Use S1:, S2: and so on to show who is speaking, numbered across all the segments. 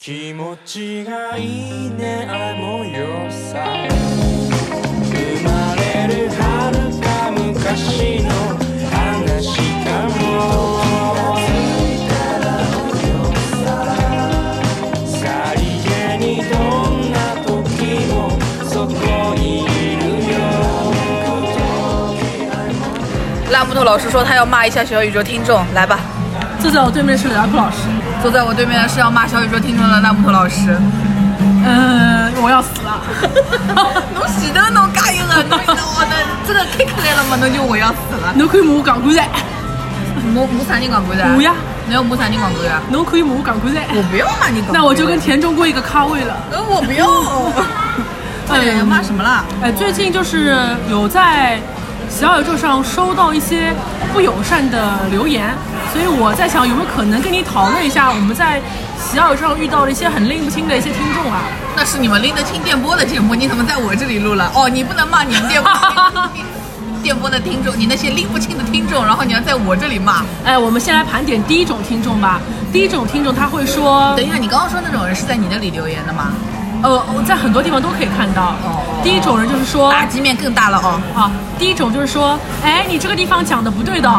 S1: 気持ちがいいねあの夜さ生まれる遥か昔の話かもさりげにどんな時もそこにいる
S2: 拉布诺老师说他要骂一下小宇宙听众，来吧。
S3: 坐在我对面是梁布老师，
S2: 坐在我对面的是要骂小宇宙听众的拉布诺老师。
S3: 嗯、我要死了。
S2: 侬前头侬加油了，侬现在我的这个开出来了嘛，侬就我要死 了。
S3: 侬可以骂我戆鬼噻，
S2: 骂骂啥人讲鬼的？啊
S3: 骂呀！
S2: 你要骂啥人讲鬼啊？
S3: 侬可以骂我戆鬼噻。
S2: 我不要骂你讲鬼。
S3: 那我就跟田中过一个咖位了。
S2: 呃我 不要。哎，骂什么啦？
S3: 哎，最近就是有在小宇宙上收到一些不友善的留言，所以我在想有没有可能跟你讨论一下，我们在小宇宙上遇到的一些很拎不清的一些听众啊。
S2: 那是你们拎得清电波的节目，你怎么在我这里录了？哦，你不能骂你们电波 电波的听众，你那些拎不清的听众，然后你要在我这里骂。
S3: 哎，我们先来盘点第一种听众吧。第一种听众他会说，
S2: 等一下，你刚刚说那种人是在你那里留言的吗？
S3: 呃，我在很多地方都可以看到
S2: 哦。
S3: 第一种人就是说，
S2: 打击面更大了哦。
S3: 啊，第一种就是说，哎，你这个地方讲的不对的，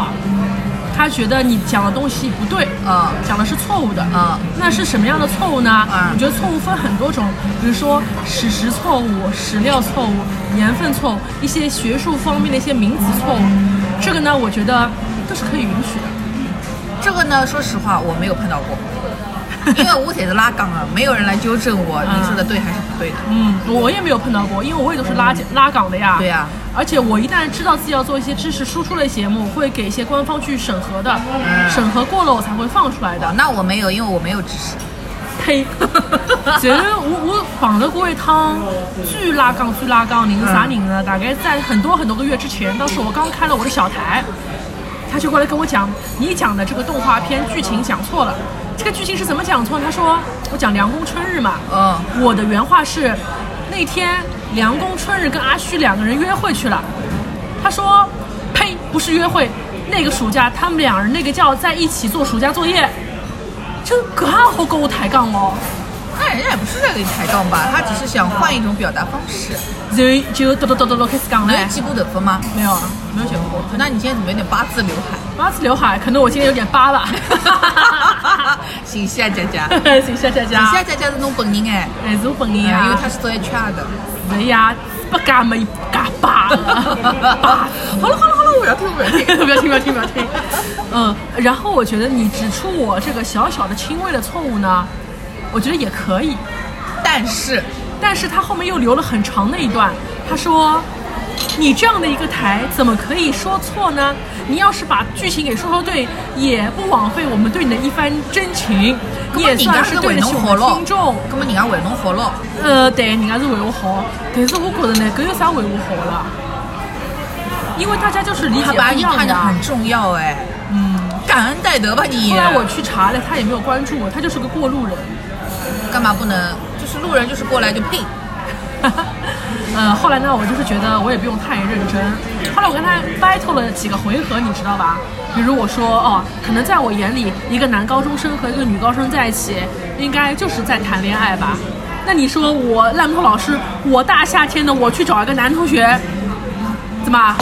S3: 他觉得你讲的东西不对，
S2: 嗯
S3: 讲的是错误的，
S2: 嗯
S3: 那是什么样的错误呢？
S2: 嗯
S3: 我觉得错误分很多种，比如说史实错误、史料错误、年份错误，一些学术方面的一些名词错误，这个呢，我觉得都是可以允许的。
S2: 这个呢，说实话我没有碰到 过，因为我才是拉杠啊，没有人来纠正我你说的对还是不对的。
S3: 嗯，我也没有碰到过，因为我也都是拉拉岗的呀。
S2: 对啊呀
S3: 而且我一旦知道自己要做一些知识输出类节目，会给一些官方去审核的，审核过了我才会放出来的
S2: 哦。那我没有，因为我没有知识。
S3: 呸！其实我我碰到过一趟最拉杠最拉杠的人是啥人呢？大概在很多很多个月之前，当时我刚开了我的小台，他就过来跟我讲，你讲的这个动画片剧情讲错了。这个剧情是怎么讲错？他说我讲凉宫春日嘛，
S2: 嗯
S3: 我的原话是那天凉宫春日跟阿虚两个人约会去了。他说，呸，不是约会，那个暑假他们两人那个叫在一起做暑假作业。这个好跟我抬杠哦。
S2: 那人家也不是在给你抬杠
S3: 嗯
S2: 吧？他只是想换一种表达方式。
S3: 然后就哆哆哆哆哆开始讲
S2: 你
S3: 嘞
S2: 有，剪过头发吗？
S3: 没有啊，没有剪过。
S2: 那你现在怎么有点八字刘 海？
S3: 八字刘海，可能我今天有点疤 吧。
S2: 形象佳 佳，形
S3: 谢谢大家。
S2: 象佳佳是侬本人哎，
S3: 哎，是我本人
S2: 因为
S3: 呀，
S2: 他是做 HR 的。
S3: 是呀，不加没加 疤了，疤。
S2: 好了好了好了，我要听我要听。
S3: 不要听，不要听，不要听。嗯，然后我觉得你指出我这个小小的轻微的错误呢，我觉得也可以。
S2: 但是
S3: 但是他后面又留了很长的一段，他说：“你这样的一个台怎么可以说错呢？你要是把剧情给说说对，也不枉费我们对你的一番真情，你也
S2: 人家
S3: 算
S2: 是
S3: 是对
S2: 为
S3: 得
S2: 侬
S3: 起
S2: 好
S3: 我们
S2: 咯
S3: 听众。，
S2: 那么人家为侬好咯。
S3: 呃，对，人家是为我好，但是我觉得呢，搿有啥为我好了？因为大家就是理解
S2: 他
S3: 不
S2: 把
S3: 一
S2: 你
S3: 样
S2: 看
S3: 的
S2: 得
S3: 啊。
S2: 很重要哎，嗯，感恩戴德吧你。
S3: 后来我去查了，他也没有关注我，他就是个过路人。
S2: 干嘛不能？就是路人就是过来就呸，
S3: 呃，后来呢，我就是觉得我也不用太认真。后来我跟他 battle 了几个回合，你知道吧？比如我说，哦，可能在我眼里，一个男高中生和一个女高中生在一起，应该就是在谈恋爱吧？那你说我烂头老师，我大夏天的我去找一个男同学，怎么，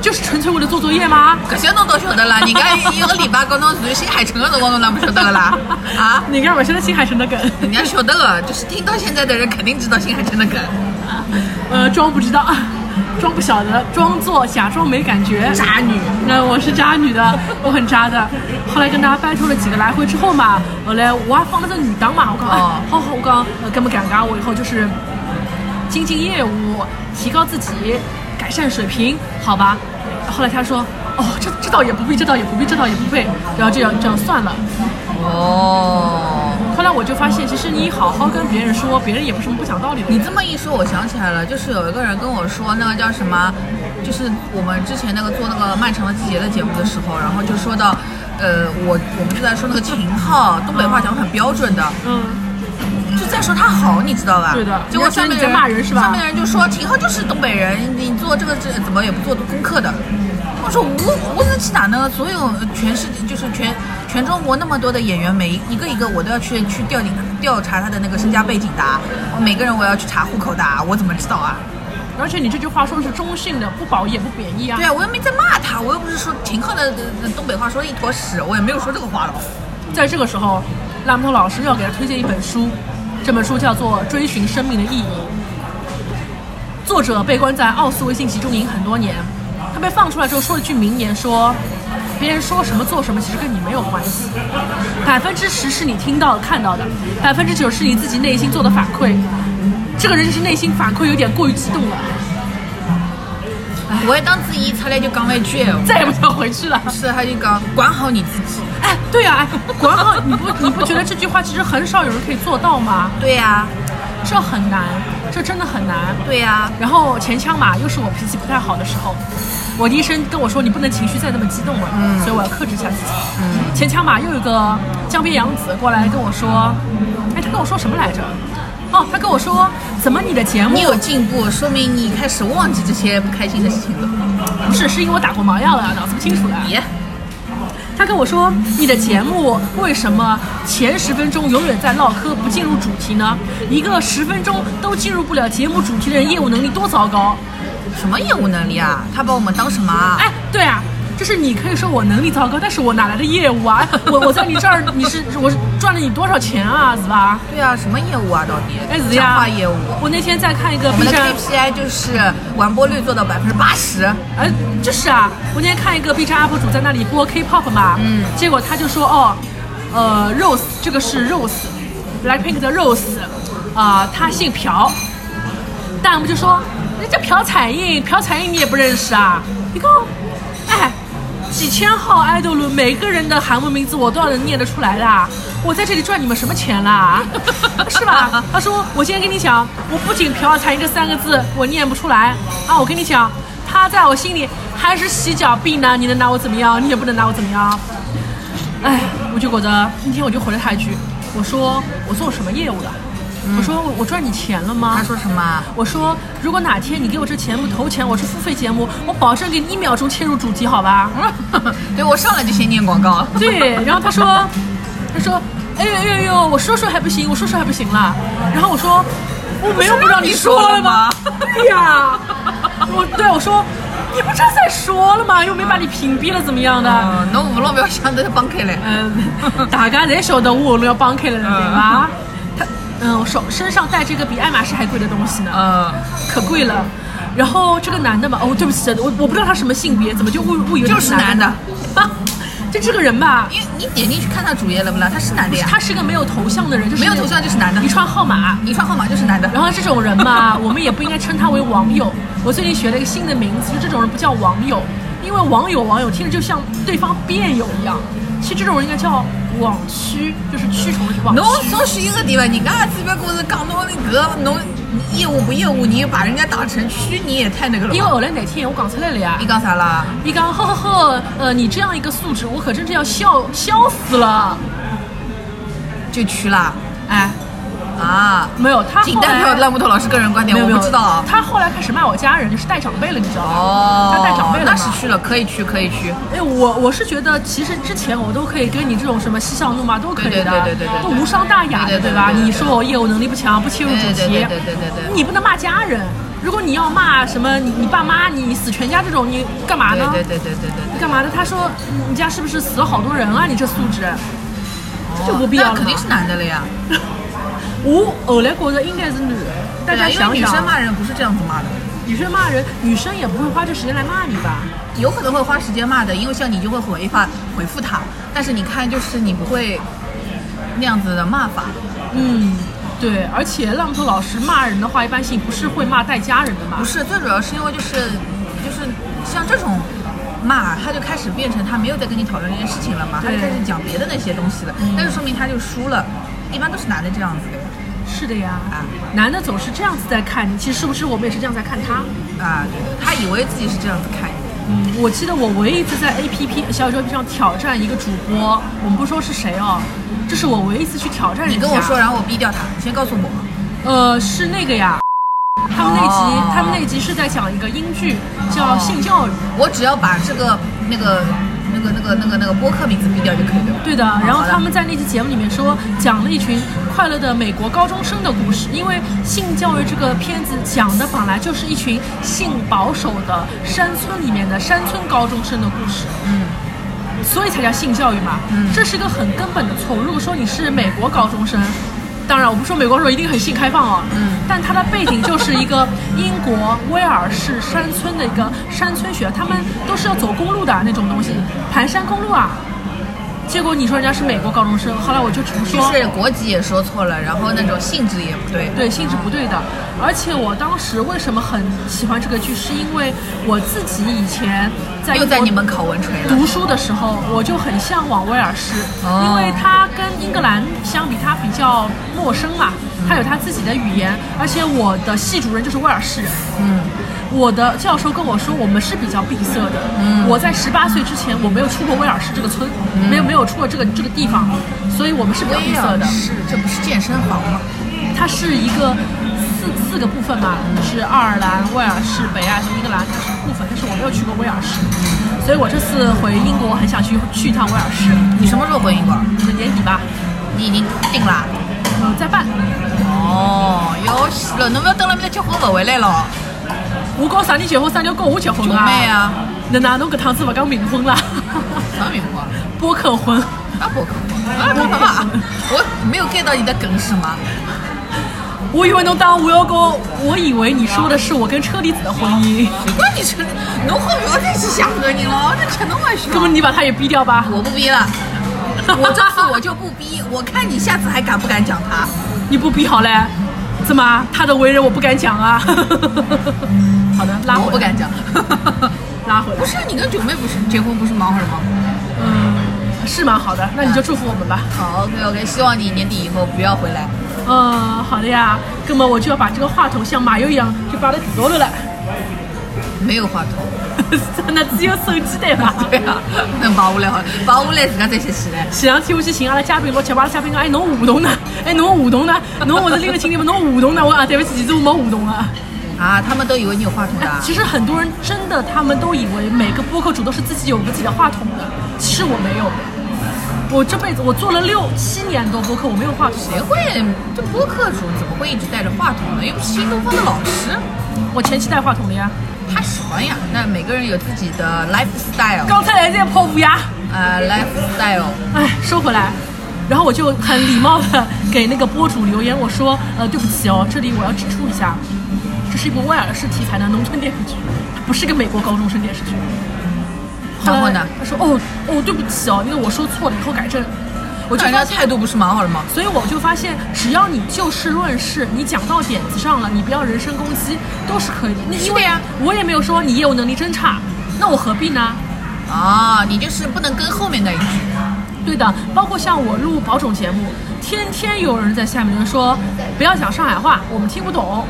S3: 就是纯粹为了做作业吗？
S2: 搿些侬都晓得啦。人家一个礼拜跟侬传新海诚的辰光，侬哪不晓得个 啦？啊，
S3: 你看我现在新海诚的梗，
S2: 人家晓得个，就是听到现在的人肯定知道新海诚的梗。
S3: 呃，装不知道， 装不晓得，装作假装没感觉，
S2: 渣女，
S3: 那我是渣女的， 我很渣的。后来跟大家 battle 了几个来回之后嘛，后来我还放了个女档嘛，我讲，哎
S2: 哦
S3: 好好，我讲，呃，根本尴尬，我以后就是精进业务，提高自己，改善水平，好吧？后来他说，哦，这这倒也不必，这倒也不必，这倒也不配，然后这样这样算了。
S2: 哦，
S3: 后来我就发现，其实你好好跟别人说，别人也不是什么不讲道理的
S2: 你
S3: 人。
S2: 这么一说，我想起来了，就是有一个人跟我说，那个叫什么，就是我们之前那个做那个《漫长的季节》的节目的时候，然后就说到，呃，我我们就在说那个秦昊，东北话讲得很标准的。
S3: 嗯，
S2: 就在说他好，你知道吧？
S3: 对的
S2: 结果上面的
S3: 人家觉得你在骂人是吧
S2: 上面的人就说秦昊就是东北人，你做这个这怎么也不做功课的。么说，我我是去哪呢？所有全世界就是全全中国那么多的演员，每一个一个我都要去去调查调查他的那个身家背景的啊，每个人我要去查户口的啊，我怎么知道啊？
S3: 而且你这句话说的是中性的，不褒义也不贬义啊。
S2: 对啊，我又没在骂他，我又不是说秦昊的呃东北话说的一坨屎，我也没有说这个话了。
S3: 在这个时候，拉木头老师要给他推荐一本书，这本书叫做《追寻生命的意义》。作者被关在奥斯维辛集中营很多年，他被放出来之后说了一句名言说：“别人说什么做什么，其实跟你没有关系。百分之十是你听到看到的，百分之九是你自己内心做的反馈。”这个人是内心反馈有点过于激动了，
S2: 我也当时一出来就讲了一句，
S3: 再也不想回去了。
S2: 是他就讲管好你自己。
S3: 哎，对呀、哎，管好你不你不觉得这句话其实很少有人可以做到吗？
S2: 对呀、
S3: 这很难，这真的很难。
S2: 对呀、
S3: 然后前腔嘛，又是我脾气不太好的时候，我的医生跟我说你不能情绪再这么激动了，
S2: 嗯
S3: 所以我要克制一下自己。前腔嘛，又有一个江边洋子过来跟我说，哎，他跟我说什么来着？哦，他跟我说，怎么你的节目
S2: 你有进步，说明你开始忘记这些不开心的事情了。
S3: 不是是因为我打过麻药了，脑子不清楚了。
S2: 耶，
S3: 他跟我说：“你的节目为什么前十分钟永远在唠嗑，不进入主题呢？一个十分钟都进入不了节目主题的人，业务能力多糟糕！
S2: 什么业务能力啊？他把我们当什么啊？
S3: 哎，对啊，就是你可以说我能力糟糕，但是我哪来的业务啊？ 我我在你这儿，你是我是赚了你多少钱啊，是吧？
S2: 对啊，什么业务啊？到底？
S3: 哎，子
S2: 讲
S3: 呀
S2: 话业务。，
S3: 我那天在看一个
S2: 我
S3: B
S2: 们的
S3: 站
S2: KPI 就是完播率做到百分之八十。
S3: 哎，就是啊，我那天看一个 B 站 UP 主在那里播 K-pop 嘛，嗯，结果他就说哦，呃，Rose 这个是 Rose，Blackpink 的 Rose，啊、他姓朴，弹幕就说人家朴彩映，朴彩映你也不认识啊？你看，哎，几千号 idol 每个人的韩文名字我都要能念得出来的啊，我在这里赚你们什么钱啦？ 是吧？他说我今天跟你讲，我不仅朴彩映这三个字我念不出来啊，我跟你讲，他在我心里还是洗脚币呢，你能拿我怎么样？你也不能拿我怎么样。哎，我就觉得那天我就回了他一句，我说我做什么业务了？我说我我赚你钱了吗？
S2: 他说什么啊？
S3: 我说，如果哪天你给我这节目投钱，我是付费节目，我保证给你一秒钟切入主题，好吧？
S2: 对我上来就先念广告。
S3: 对，然后他说，他说，哎呦哎呦哎呦，我说说还不行，我说说还不行啦。然后我说，我没有不让你说了吗？哎呀，我对我说，你不是在说了吗？又没把你屏蔽了，怎么样的？
S2: 嗯，侬五六秒想都帮开来。
S3: 嗯，大家侪晓得我喉咙要帮开了，对吧？他，嗯，我手身上带这个比爱马仕还贵的东西呢。
S2: 嗯，
S3: 可贵了。然后这个男的嘛，哦，对不起，我我不知道他什么性别，怎么就误误以为他
S2: 就是男的
S3: 的？就这个人吧，
S2: 因为你点进去看他主页了不啦？他是男的呀，
S3: 他是个没有头像的人，就是
S2: 没有头像就是男的
S3: 一串号码。
S2: 一串号码就是男的。
S3: 然后这种人嘛， 我们也不应该称他为网友。我最近学了一个新的名词，就这种人不叫网友，因为网友网友听着就像对方辩友一样。其实这种人应该叫网区，就是蛆虫的网
S2: 侬
S3: 区。
S2: 从许一个地方，人家这边跟我讲侬那个侬业务不业务，你把人家打成虚拟也太那个了吧。
S3: 因为后来哪天我讲出来了呀
S2: 你，讲啥啦？
S3: 一刚呵呵呵，呃，你这样一个素质，我可真是要笑笑死了。
S2: 就去啦
S3: 哎，
S2: 啊！
S3: 没有，他
S2: 仅
S3: 后
S2: 代表
S3: 来
S2: 烂木头老师个人观点，
S3: 没有
S2: 我
S3: 没有
S2: 不知道啊。
S3: 他后来开始骂我家人，就是带长辈了，你知道吧？
S2: 哦，
S3: 他带长辈了嘛
S2: 那是去了，可以去，可以去。
S3: 哎，我我是觉得，其实之前我都可以跟你这种什么嬉笑怒骂都可以
S2: 对对
S3: 的，
S2: 对对对对
S3: 都无伤大雅的，
S2: 对对对对
S3: 吧？
S2: 对对
S3: 你说我业务能力不强，不切入主题，
S2: 对对对对对对
S3: 你不能骂家人。如果你要骂什么你你爸妈、你死全家这种，你干嘛
S2: 对
S3: 呢？
S2: 对对对对对
S3: 你干嘛呢？他说你家是不是死了好多人啊？你这素质，
S2: 对，
S3: 就不必要了
S2: 哦那
S3: 嘛
S2: 肯定是男的了呀。
S3: 我后来觉得应该是女的。大
S2: 对啊
S3: 家
S2: 因
S3: 想想，
S2: 为女生骂人不是这样子骂的，
S3: 女生骂人，女生也不会花这时间来骂你吧？
S2: 有可能会花时间骂的，因为像你就会回发回复他，但是你看就是你不会那样子的骂法。
S3: 嗯，对，而且浪头老师骂人的话，一般性不是会骂带家人的嘛
S2: 不？是，最主要是因为就是就是像这种骂，他就开始变成他没有在跟你讨论这件事情了嘛，他
S3: 对
S2: 就开始讲别的那些东西了，那就说明他就输了。一般都是男的这样子的
S3: 是的呀，
S2: 啊
S3: 男的总是这样子在看你，其实是不是我们也是这样在看他？
S2: 啊，对的，他以为自己是这样子看你。
S3: 嗯，我记得我唯一一次在 A P P 小宇宙 APP 上挑战一个主播，我们不说是谁哦，这是我唯一一次去挑战人
S2: 你
S3: 家。
S2: 跟我说，然后我逼掉他，你先告诉我。
S3: 呃，是那个呀，他们那集
S2: 哦
S3: 他们那集是在讲一个英剧叫《性教育》，
S2: 我只要把这个那个那个那个那个那个播客名字毙掉就可以了。
S3: 对的，然
S2: 嗯
S3: 后
S2: 好的
S3: 他们在那期节目里面说，讲了一群快乐的美国高中生的故事。因为性教育这个片子讲的本来就是一群性保守的山村里面的山村高中生的故事，嗯，所以才叫性教育嘛。嗯，这是一个很根本的错误。如果说你是美国高中生，当然我不说美国高中生一定很性开放哦，嗯，但它的背景就是一个英国威尔士山村的一个山村学，他们都是要走公路的啊那种东西，盘山公路啊。结果你说人家是美国高中生，后来我就只能
S2: 就
S3: 说，
S2: 是国籍也说错了，然后那种性质也不对。
S3: 对性质不对的。而且我当时为什么很喜欢这个剧，是因为我自己以前在
S2: 又在
S3: 英国
S2: 你们考文垂了。
S3: 读书的时候，我就很向往威尔士，
S2: 哦
S3: 因为它跟英格兰相比，它比较陌生嘛，
S2: 嗯
S3: 它有它自己的语言，而且我的系主任就是威尔士人，嗯，我的教授跟我说，我们是比较闭塞的，嗯，我在十八岁之前，我没有出过威尔士这个村，没有没有出过这个这个地方，所以我们是比较
S2: 嗯威
S3: 闭塞
S2: 尔
S3: 的。
S2: 士，这不是健身房吗？
S3: 它是一个四四个部分嘛，就是爱尔兰、威尔士、北爱和英格兰，它是部分。但是我没有去过威尔士，所以我这次回英国，我很想去去一趟威尔士。
S2: 你什么时候回英国？
S3: 就是年底吧，
S2: 你已经定了？
S3: 呃，再办。
S2: 哦，有戏了，侬不要等了面结婚不回来了？
S3: 我搞啥？你结婚啥？你要跟我结婚
S2: 九
S3: 啊？
S2: 妹！啊，
S3: 那哪侬搿趟子勿讲冥婚 啦？
S2: 什么名字啊？
S3: 播客婚。
S2: 啊不，啊不不不，我没有 get 到你的梗是吗？
S3: 我以为侬当我要搞，我以为你说的是我跟车厘子的婚姻。
S2: 谁管你这，侬后面我再去想个你了，那吃侬还需
S3: 哥们，你把他也逼掉吧。
S2: 我不逼了，我这次我就不逼，我看你下次还敢不敢讲他。
S3: 你不逼好嘞？怎么？啊他的为人我不敢讲啊。 好的，拉回来。
S2: 我不敢讲。
S3: 拉回来
S2: 不。是你跟九妹不是结婚不是忙会儿吗？
S3: 嗯，是蛮好的，那你就祝福我们吧。
S2: 好，OK OK，希望你年底以后不要回来。
S3: 嗯，好的呀，那么我就要把这个话筒像马油一样就摆到地高头了，
S2: 没有话筒。
S3: 那只有手机对吧？
S2: 对啊，能绑下来好，绑下来自家再歇起来。
S3: 前两天我去寻阿拉嘉宾录节目，阿拉嘉宾讲，哎，侬互动呢？哎，侬互动呢？侬我是拎个行李吗？侬互动呢？我啊，对不起，其实我没互动啊。
S2: 啊，他们都以为你有话筒的啊。
S3: 其实很多人真的，他们都以为每个播客主都是自己有个自己的话筒的，其实我没有。我这辈子我做了六七年多播客，我没有话筒。
S2: 谁会这播客主怎么会一直带着话筒呢？又不是新东方的老师，
S3: 我前期带话筒的呀。
S2: 他喜欢呀。那每个人有自己的 lifestyle，
S3: 刚才还在泡乌鸦。
S2: 呃，lifestyle。
S3: 哎，收回来。然后我就很礼貌的给那个播主留言，我说，呃，对不起哦，这里我要指出一下，这是一部威尔士题材的农村电视剧，它不是一个美国高中生电视剧。
S2: 然后呢？
S3: 他说，哦哦，对不起哦，那个我说错了，以后改正。我
S2: 我
S3: 就
S2: 觉得人家
S3: 发现
S2: 态度不是蛮好的吗？
S3: 所以我就发现，只要你就事论事，你讲到点子上了，你不要人身攻击，都是可以的。那因为
S2: 呀
S3: 我也没有说你业务能力真差，那我何必呢？
S2: 啊，你就是不能跟后面那一句。
S3: 对的，包括像我录保种节目，天天有人在下面就说不要讲上海话，我们听不懂。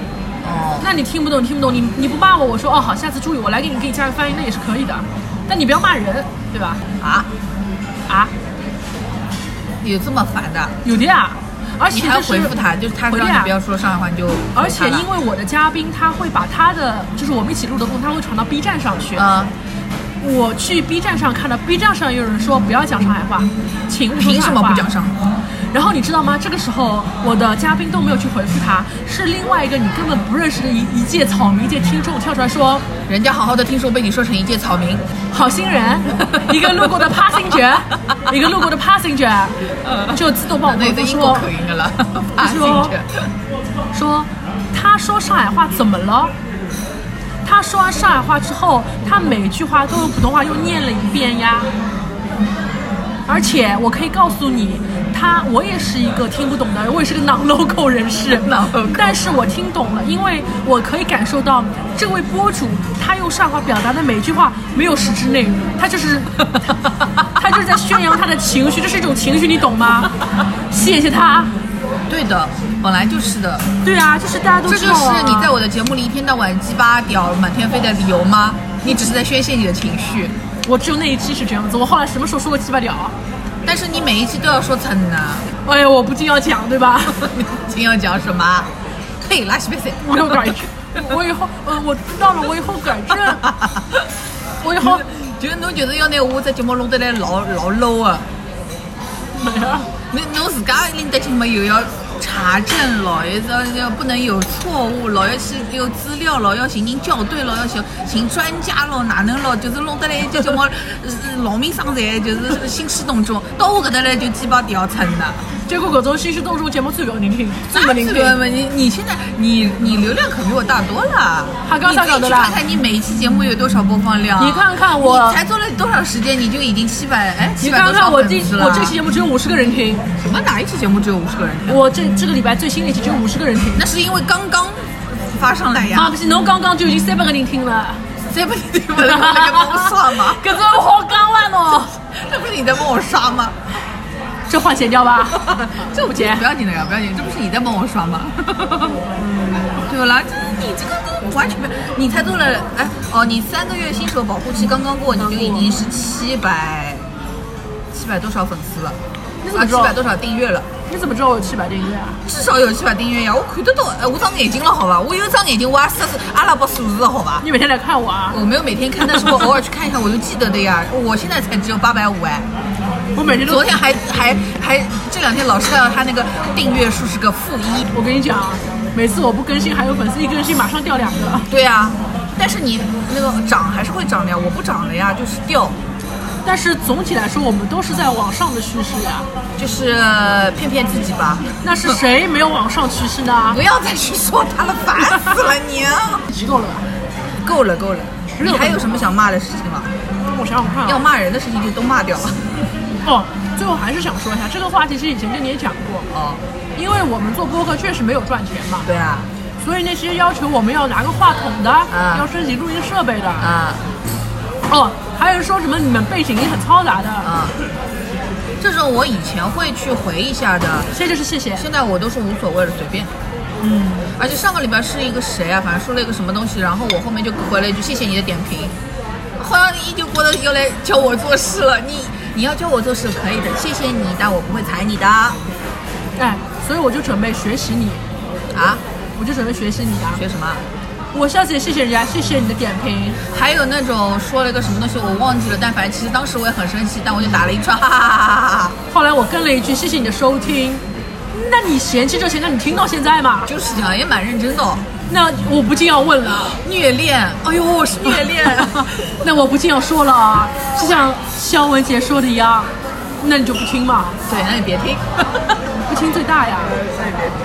S2: 哦，
S3: 那你听不懂，听不懂，你你不骂我，我说哦好，下次注意，我来给你给你加个翻译，那也是可以的。但你不要骂人，对吧？
S2: 啊，
S3: 啊，
S2: 有这么烦的？
S3: 有的呀、而
S2: 你
S3: 且
S2: 还要
S3: 就是
S2: 回复他，就是他
S3: 回
S2: 让
S3: 复
S2: 你
S3: 呀
S2: 不要说上海话，你就
S3: 而且
S2: 回他了
S3: 因为我的嘉宾他会把他的，就是我们一起录的风，他会传到 B 站上去。
S2: 嗯，
S3: 我去 B 站上看到 B 站上有人说不要讲上海话，请勿说
S2: 凭什么
S3: 上海话
S2: 不讲上海话？
S3: 然后你知道吗？这个时候我的嘉宾都没有去回复他，是另外一个你根本不认识的一一介草民、一介听众跳出来说
S2: 人家好好的听说被你说成一介草民，：“
S3: 好 心人，一个路过的 passenger，一个路过的 passenger，就自动帮我
S2: 嗯那
S3: 回
S2: 也在
S3: 复
S2: 英国
S3: 说
S2: 口音的了，
S3: 他
S2: 啊，
S3: 说
S2: 进去
S3: 说他说上海话怎么了？”他说完上海话之后，他每句话都用普通话又念了一遍呀。而且我可以告诉你，他我也是一个听不懂的，我也是个 non local 人士
S2: Non-local
S3: 但是我听懂了，因为我可以感受到这位播主他用上海话表达的每一句话没有实质内容，他就是 他就是在宣扬他的情绪，这是一种情绪，你懂吗？谢谢他。
S2: 对的，本来就是的，
S3: 对啊，就是大家都
S2: 这
S3: 知
S2: 就
S3: 道、
S2: 是
S3: 啊、
S2: 你在我的节目里一天到晚鸡巴屌满天飞的理由吗？
S3: 嗯
S2: 你只是在宣泄你的情绪，
S3: 我只有那一期是这样子，我后来什么时候说过鸡巴屌啊？
S2: 但是你每一期都要说蹭呢，
S3: 哎呀，我不禁要讲，对吧？
S2: 今天要讲什么？呸，拉稀别塞。
S3: 我要搞一个。我以后，呃，我知道了，我以后改正。 我以后
S2: 就是侬就是要拿我只节目弄得来老老 low 啊！
S3: 没了。
S2: 侬侬自家拎得清嘛，又要查证咯，又要要不能有错误咯，要去有资料咯，要寻人校对咯，要寻寻专家咯，哪能咯？就是弄得来这节目呃劳民伤财，就是兴师动众。到我搿搭来就鸡巴掉蹭了。
S3: 结果各种兴师动众节目最不灵听，最不
S2: 那
S3: 灵
S2: 这
S3: 听。
S2: 个问题，你现在你你流量可比我大多了。
S3: 他刚上
S2: 你自己
S3: 手的
S2: 去
S3: 啦
S2: 看看你每一期节目有多少播放量。
S3: 你看看我
S2: 你才做了多少时间，你就已经七百哎七
S3: 你
S2: 百
S3: 看
S2: 多
S3: 看
S2: 少
S3: 我
S2: 粉
S3: 这
S2: 丝了？
S3: 我这期节目只有五十个人听，
S2: 什么哪一期节目只有五十个人看？
S3: 我这这个礼拜最新的一期只有五十个人听。
S2: 那是因为刚刚发上来哎呀
S3: 妈，不是，侬刚刚就已经三百个人听了，
S2: 这不是你在帮我刷 吗？
S3: 搿种好讲完哦，
S2: 这不是你在帮我刷 吗？
S3: 这换剪掉吧，这不剪
S2: 不。要紧的呀，不要紧，这不是你在帮我刷 吗？对啦，这你这个完全没，你才做了哎哦，你三个月新手保护期刚刚过，你就已经是七百七百多少粉丝了
S3: 你？怎
S2: 啊，
S3: 么
S2: 七
S3: 知道
S2: 百多少订阅了？
S3: 你怎么知道我有七百订阅啊？
S2: 至少有七百订阅呀！我看得到，哎，我长眼睛了，好吧？我有长眼睛，我也是阿拉伯数字的好吧？
S3: 你每天来看我啊？
S2: 我没有每天看，但是我偶尔去看一下，我就记得的呀。哦我现在才只有八百五哎，
S3: 我每天都
S2: 昨天还还还这两天老是看到他那个订阅数是个负一。
S3: 我跟你讲啊，每次我不更新，还有粉丝一更新马上掉两个。
S2: 对啊，但是你那个涨还是会涨的呀，我不涨了呀，就是掉，
S3: 但是总体来说，我们都是在往上的趋势呀、
S2: 就是骗骗自己吧。
S3: 那是谁没有往上趋势 呢
S2: 不？要再去说他了，烦死了你！啊
S3: 集够了吧？
S2: 够了够了，你还有什么想骂的事情吗？
S3: 我想想看
S2: 要
S3: 啊。
S2: 骂人的事情就都骂掉了。
S3: 哦，最后还是想说一下，这个话题其实以前跟你也讲过，
S2: 哦，
S3: 因为我们做播客确实没有赚钱嘛，
S2: 对啊，
S3: 所以那些要求我们要拿个话筒的，要升级录音设备的，
S2: 啊、
S3: 哦，还有说什么你们背景音很嘈杂的，
S2: 啊、这种我以前会去回一下的，
S3: 谢谢是谢谢。
S2: 现在我都是无所谓了，随便。嗯，而且上个礼拜是一个谁啊，反正说了一个什么东西，然后我后面就回了一句谢谢你的点评，好像依旧过得又来教我做事了。你你要教我做事可以的，谢谢你，但我不会踩你的啊。
S3: 哎，所以我就准备学习你，我就准备学习你啊！
S2: 学什么？
S3: 我下次也谢谢人家，谢谢你的点评。
S2: 还有那种说了一个什么东西我忘记了，但反正其实当时我也很生气，但我就打了一串，哈哈哈哈哈哈，
S3: 后来我跟了一句谢谢你的收听。那你嫌弃这些，那你听到现在嘛？
S2: 就是这样，也蛮认真的、哦，
S3: 那我不禁要问了，
S2: 虐恋，哎呦是虐恋，
S3: 那我不禁要说了啊，就像肖文杰说的一样，那你就不听嘛，
S2: 对，那你别听， 哎
S3: 不听最大呀。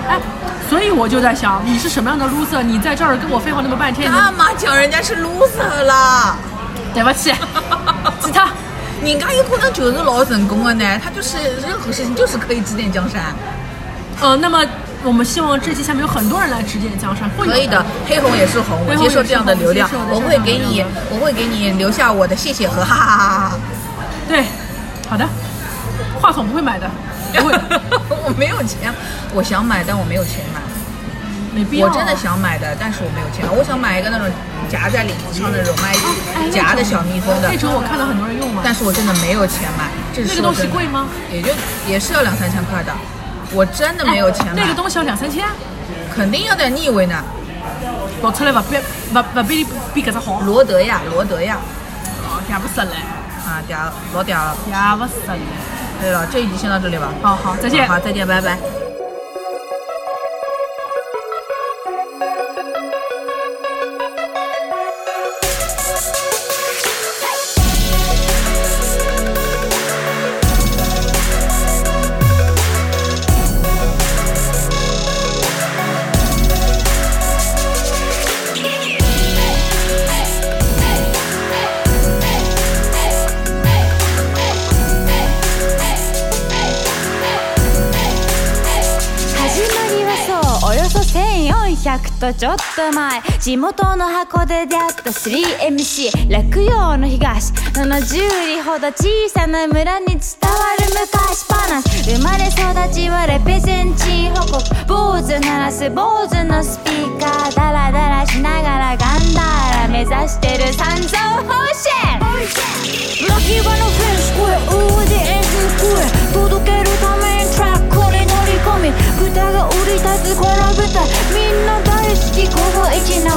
S3: 哎，所以我就在想，你是什么样的 loser？你在这儿跟我废话那么半天，
S2: 干
S3: 你
S2: 嘛讲人家是 loser 啦？
S3: 对不起， 其他
S2: 人家有可能就是老成功的呢，他就是任何事情就是可以指点江山，
S3: 呃，那么我们希望这期下面有很多人来指点江山，会有
S2: 可以的。黑红也是红，我
S3: 黑红
S2: 接
S3: 也是
S2: 受
S3: 红
S2: 这样的流量
S3: 接受，的
S2: 我会给你
S3: 这样的，
S2: 我会给你留下我的谢谢和 哈哈哈哈。
S3: 对，好的，话筒不会买的，不会，
S2: 我没有钱，我想买，但我没有钱买。
S3: 没必要、啊
S2: 我真的。想买的，但是我没有钱。我想买一个那种夹在领子上的那种麦
S3: 哎，
S2: 夹的小蜜蜂的
S3: 那，种我看到很多人用嘛。
S2: 但是我真的没有钱买。这是说
S3: 那个东西
S2: 真的
S3: 贵吗？
S2: 也就也是要两三千块的，我真的没有钱买。
S3: 哎那个东西要两三千，
S2: 肯定要的，你以为呢？
S3: 搞出来不比不不比比搿只好，
S2: 罗德呀，罗德呀。
S3: 哦也不值嘞，
S2: 啊，点儿了，老点儿了。
S3: 也不值嘞。
S2: 对了，这一集先到这里吧。
S3: 好好，再见。
S2: 好，再见，拜拜。
S4: 始まりはそうおよそ1400とちょっと前地元の箱で出会った 3MC 落葉の東70里ほど小さな村に伝わる昔話生まれ育ちはレペゼンチン報告坊主鳴らす坊主のスピーカーダラダラしながらガンダーラ目指してる三蔵方針巻き場のフェンス越え上でエンジン越え届けるためにトラックに乗り込み豚が降り立つこの舞台みんな大好きここ一の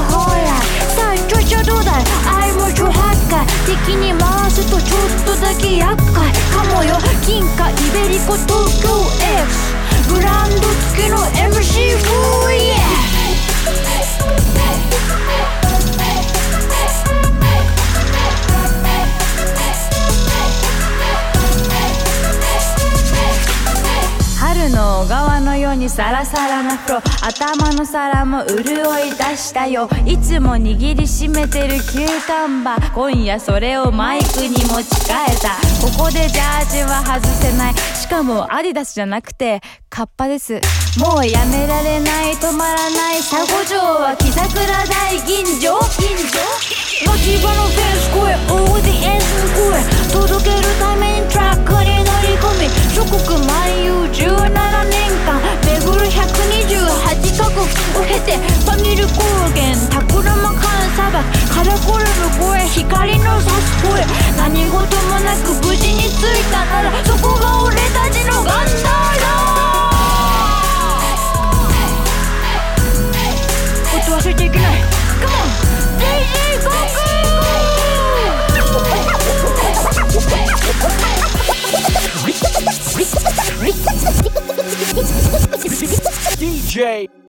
S4: サラサラなフロー頭の皿も潤い出したよいつも握りしめてるキューカンバー今夜それをマイクに持ち替えたここでジャージは外せないしかもアディダスじゃなくてカッパですもうやめられない止まらない佐護城は木桜大吟醸吟醸持ち場のフェンス越えオーディエンス越え届けるためにトラックに乗り込み諸国漫遊17年間巡る128カ国を経てパミル高原タクルマカン砂漠カラコルの声光の差す声何事もなく無事に着いたならそこが俺たちのガンダーだこと忘れちゃいけない Come on! 全身航空
S1: DJ